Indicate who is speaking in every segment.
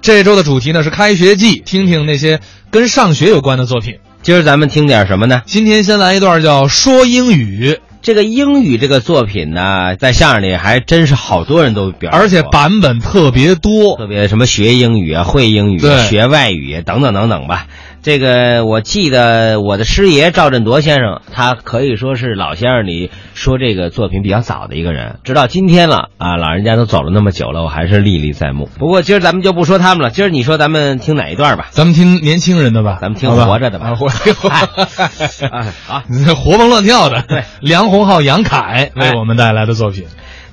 Speaker 1: 这周的主题呢是开学季，听听那些跟上学有关的作品。
Speaker 2: 今儿咱们听点什么呢？
Speaker 1: 今天先来一段叫《说英语》，
Speaker 2: 这个英语这个作品呢，在相声里还真是好多人都表演过，
Speaker 1: 而且版本特别多。
Speaker 2: 特别什么学英语啊、会英语啊、
Speaker 1: 对
Speaker 2: 学外语啊等等等等吧。这个我记得我的师爷赵振铎先生，他可以说是老先生里说这个作品比较早的一个人，直到今天了啊，老人家都走了那么久了，我还是历历在目。不过今儿咱们就不说他们了，今儿你说咱们听哪一段吧？
Speaker 1: 咱们听年轻人的吧，
Speaker 2: 咱们听
Speaker 1: 好吧
Speaker 2: 活着的吧
Speaker 1: 啊活着
Speaker 2: 哎好
Speaker 1: 你这活蹦乱跳的。
Speaker 2: 对，
Speaker 1: 梁鸿浩、杨凯为
Speaker 2: 啊哎
Speaker 1: 我们带来的作品。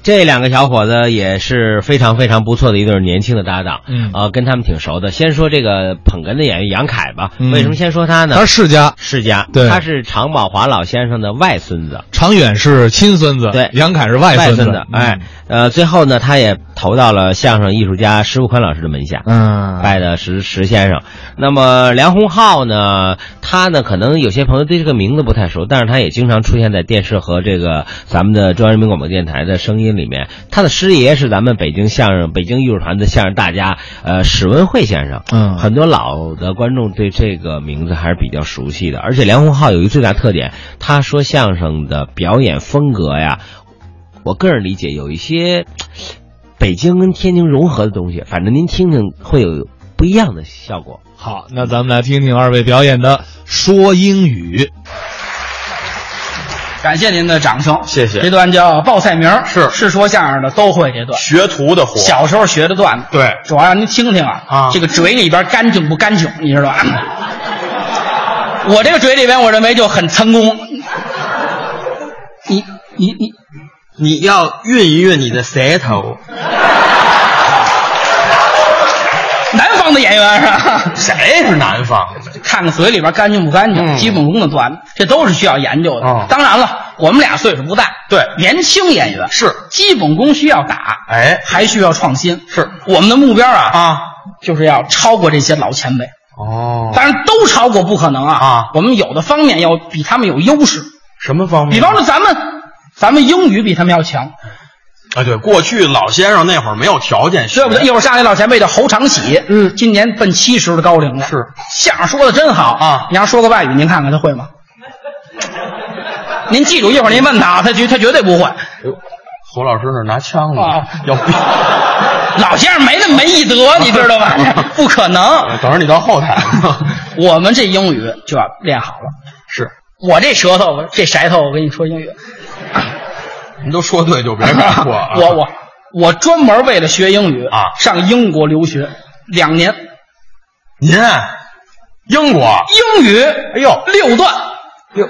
Speaker 2: 这两个小伙子也是非常非常不错的一对年轻的搭档，
Speaker 1: 嗯
Speaker 2: 啊，跟他们挺熟的。先说这个捧哏的演员杨凯吧，
Speaker 1: 嗯
Speaker 2: 为什么先说他呢？
Speaker 1: 他是世家，
Speaker 2: 世家，
Speaker 1: 对
Speaker 2: 他是常宝华老先生的外孙子，
Speaker 1: 长远是亲孙子，
Speaker 2: 对
Speaker 1: 杨凯是外子。
Speaker 2: 外
Speaker 1: 嗯
Speaker 2: 孙子，哎，呃，最后呢，他也投到了相声艺术家石富宽老师的门下，
Speaker 3: 啊
Speaker 1: 嗯，嗯，
Speaker 2: 拜的石石先生。那么梁鸿浩呢，他呢可能有些朋友对这个名字不太熟，但是他也经常出现在电视和这个咱们的中央人民广播电台的声音里面。他的师爷是咱们北京相声、北京艺术团的相声大家，呃，史文慧先生。
Speaker 1: 嗯
Speaker 2: 很多老的观众对这个名字还是比较熟悉的。而且梁鸿浩有一个最大特点，他说相声的表演风格呀，我个人理解有一些北京跟天津融合的东西，反正您听听会有不一样的效果。
Speaker 1: 好，那咱们来听听二位表演的《说英语》。
Speaker 4: 感谢您的掌声，
Speaker 3: 谢谢
Speaker 4: 这段叫报菜名儿，
Speaker 3: 是
Speaker 4: 是说相声的都会这段，
Speaker 3: 学徒的活，
Speaker 4: 小时候学的段子。
Speaker 3: 对
Speaker 4: 主要让您听听啊，
Speaker 3: 啊
Speaker 4: 这个嘴里边干净不干净，你知道吧？ 我这个嘴里边，我认为就很成功。你你你，
Speaker 3: 你要运一运你的舌头。
Speaker 4: 南方的演员是啊 吧？
Speaker 3: 谁是南方的？
Speaker 4: 看看嘴里边干净不干净，
Speaker 3: 嗯
Speaker 4: 基本功的段子，这都是需要研究的。
Speaker 3: 哦
Speaker 4: 当然了，我们俩岁数不大，
Speaker 3: 对
Speaker 4: 年轻演员
Speaker 3: 是
Speaker 4: 基本功需要打，
Speaker 3: 哎
Speaker 4: 还需要创新。
Speaker 3: 是
Speaker 4: 我们的目标啊，
Speaker 3: 啊，
Speaker 4: 就是要超过这些老前辈。
Speaker 3: 哦，
Speaker 4: 当然，都超过不可能啊
Speaker 3: 啊嗯
Speaker 4: 我们有的方面要比他们有优势，
Speaker 3: 什么方面？
Speaker 4: 比方说咱们，咱们英语比他们要强，
Speaker 3: 啊，对，过去老先生那会儿没有条件学，
Speaker 4: 对不对？一会儿上来老前辈叫侯长喜，
Speaker 3: 嗯
Speaker 4: 今年奔七十的高龄了。
Speaker 3: 是，
Speaker 4: 相声说的真好
Speaker 3: 啊
Speaker 4: 你要说个外语，您看看他会吗？您记住，一会儿您问他啊，他绝他绝对不会。
Speaker 3: 哎呦侯老师那儿拿枪呢，
Speaker 4: 啊
Speaker 3: 要 逼。
Speaker 4: 老先生没那么没艺德，你知 道吧？不可能，
Speaker 3: 等着你到后 台呢。
Speaker 4: 我们这英语就要练好了。
Speaker 3: 是，
Speaker 4: 我这舌头，我这舌头，我跟你说英语，
Speaker 3: 您都说对就别改错啊。
Speaker 4: 我我我专门为了学英语
Speaker 3: 啊
Speaker 4: 上英国留学两年，
Speaker 3: 您英国
Speaker 4: 英语
Speaker 3: 哎呦
Speaker 4: 六段，
Speaker 3: 六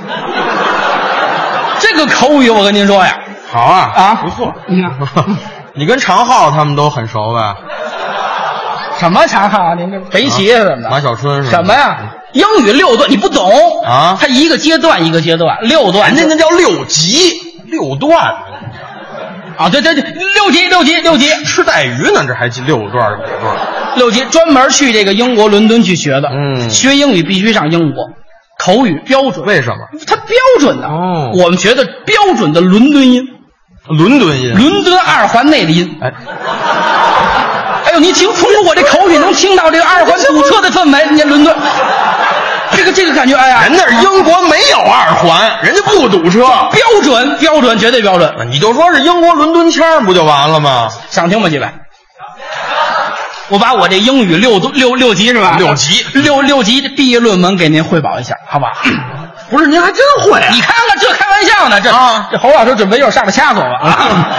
Speaker 4: 这个口语我跟您说呀，
Speaker 3: 好啊
Speaker 4: 啊
Speaker 3: 不错。
Speaker 4: 你看
Speaker 3: 你跟常浩他们都很熟呗？
Speaker 4: 什么查看啊？您这围棋啊什么的，
Speaker 3: 马小春是吧
Speaker 4: 什么呀？英语六段你不懂
Speaker 3: 啊
Speaker 4: 它一个阶段一个阶段，六段
Speaker 3: 人家那叫六级六段，
Speaker 4: 啊，对对对，六级六级六级
Speaker 3: 吃带鱼呢，这还记六段儿五段儿。
Speaker 4: 六级，专门去这个英国伦敦去学的。
Speaker 3: 嗯
Speaker 4: 学英语必须上英国，口语标准。
Speaker 3: 为什么？
Speaker 4: 它标准的
Speaker 3: 哦
Speaker 4: 我们学的标准的伦敦音，
Speaker 3: 伦敦音。
Speaker 4: 伦敦二环内的音。
Speaker 3: 哎，
Speaker 4: 哎呦，你听，通过我这口语能听到这个二环堵车的氛围，你看伦敦，这个这个感觉，哎呀，
Speaker 3: 人那是英国没有二环，人家不堵车。
Speaker 4: 标准标准绝对标准，
Speaker 3: 啊你就说是英国伦敦腔儿不就完了吗？
Speaker 4: 想听吗，几位？我把我这英语六度六六级是吧？
Speaker 3: 六级
Speaker 4: 六六级的毕业论文给您汇报一下，好吧？
Speaker 3: 不是，您还真会啊
Speaker 4: 你看看这开玩笑呢，这、
Speaker 3: 啊
Speaker 4: 这侯老师准备又上来掐死我了啊！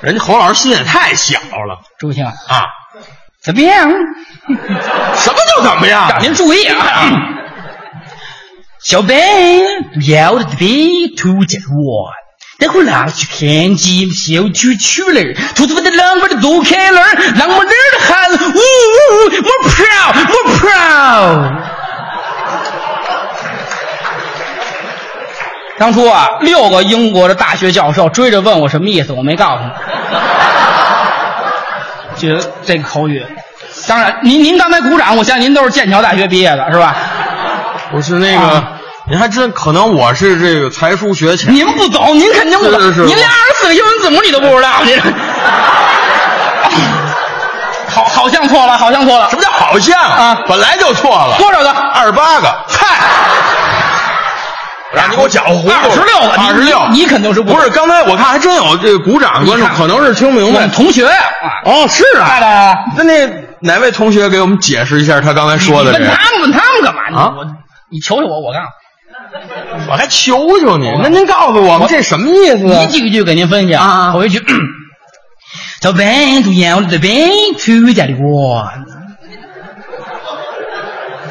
Speaker 3: 人家侯老师心也太小了
Speaker 4: 注意听啊，
Speaker 3: 啊！
Speaker 4: 怎么样？
Speaker 3: 什么叫怎么样？
Speaker 4: 让您注意啊！小贝要的被兔子窝，然后拿去看见小蛐蛐儿，兔子把那狼把的都开了，狼把那的喊，呜呜呜，more proud，more proud。当初啊，六个英国的大学教授追着问我什么意思，我没 告诉你。这这个口语，当然，您您刚才鼓掌，我相信您都是剑桥大学毕业的，是吧？
Speaker 3: 我是那个，
Speaker 4: 啊
Speaker 3: 您还真可能我是这个才疏学浅。
Speaker 4: 您不懂，您肯定不懂，
Speaker 3: 是是是
Speaker 4: 您连二十四个英文字母你都不知道，您。好，好像错了，好像错了
Speaker 3: 什。么叫好像
Speaker 4: 啊
Speaker 3: 本来就错了，
Speaker 4: 多少个？
Speaker 3: 二十八个，
Speaker 4: 嗨，
Speaker 3: 让你给我搅和糊涂了。
Speaker 4: 二十六个，
Speaker 3: 二十六，
Speaker 4: 你你肯定是
Speaker 3: 不
Speaker 4: 对
Speaker 3: 是？刚才我看还真有这鼓掌观众，可能是听明
Speaker 4: 我
Speaker 3: 白
Speaker 4: 们。同学呀、啊。
Speaker 3: 哦，是
Speaker 4: 来
Speaker 3: 啊，
Speaker 4: 来来，
Speaker 3: 那那哪位同学给我们解释一下他刚才说的
Speaker 4: 你
Speaker 3: 这
Speaker 4: 问
Speaker 3: 个？
Speaker 4: 他们问他们干嘛？你
Speaker 3: 啊
Speaker 4: 我你求求我，我干嘛。
Speaker 3: 我还求求你，那您告诉我们这什么意思啊
Speaker 4: 一？句一句给您分析
Speaker 3: 啊
Speaker 4: 头一句，走边度要的边出家的我，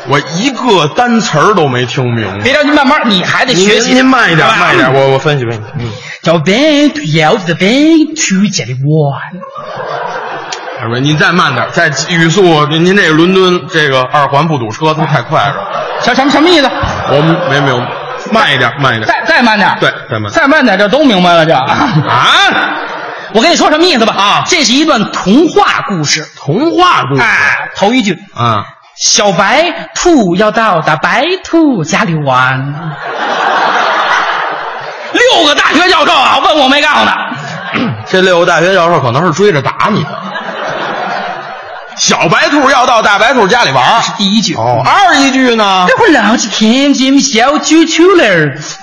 Speaker 3: 我一个单词儿都没听明白。
Speaker 4: 别着急，慢慢，你还得
Speaker 3: 您
Speaker 4: 学习。
Speaker 3: 您您慢一点，慢一点，
Speaker 4: 我
Speaker 3: 我我分析分析。嗯，
Speaker 4: 走边度要的边出家的我，
Speaker 3: 二位您再慢点，再语速，您您这个伦敦这个二环不堵车都太快了。
Speaker 4: 什什么什么意思？
Speaker 3: 我们没没有，慢一点，慢一点。
Speaker 4: 再再慢点，
Speaker 3: 对再慢
Speaker 4: 再慢点，这都明白了这。
Speaker 3: 啊，
Speaker 4: 我跟你说什么意思吧？啊，这是一段童话故事。
Speaker 3: 童话故事
Speaker 4: 哎，头一句，
Speaker 3: 啊，
Speaker 4: 小白兔要到达白兔家里 玩。六个大学教授啊，问我没告诉他。
Speaker 3: 这六个大学教授可能是追着打你的。小白兔要到大白兔家里玩儿
Speaker 4: 第一句，
Speaker 3: 哦，二一句呢
Speaker 4: 这？会老去看见小猪猪了，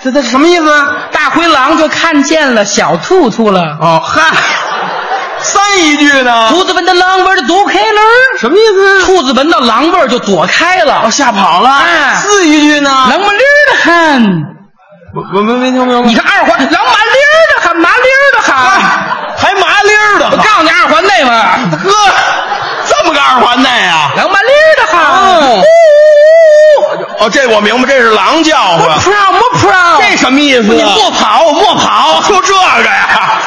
Speaker 3: 这这什么意思？
Speaker 4: 大灰狼就看见了小兔兔了。
Speaker 3: 哦，嗨，三一句呢？
Speaker 4: 兔子闻到狼味儿就躲开了，
Speaker 3: 什么意思？
Speaker 4: 兔子闻到狼味儿就躲开了
Speaker 3: 哦，。吓跑了。
Speaker 4: 哎
Speaker 3: 四一句呢？
Speaker 4: 狼麻溜儿的喊，
Speaker 3: 我我没没听明白
Speaker 4: 你。看二环，狼麻溜儿的喊，麻溜儿的喊。
Speaker 3: 啊还麻溜儿的
Speaker 4: 我告诉你，二环内嘛，
Speaker 3: 哥，这么个二环内啊？
Speaker 4: 狼麻溜儿的喊
Speaker 3: 哦。哦，这我明白，这是狼叫唤。啊
Speaker 4: 哦 proud，我 proud，
Speaker 3: 这什么意思啊？
Speaker 4: 你莫跑，我莫跑。
Speaker 3: 说这个呀？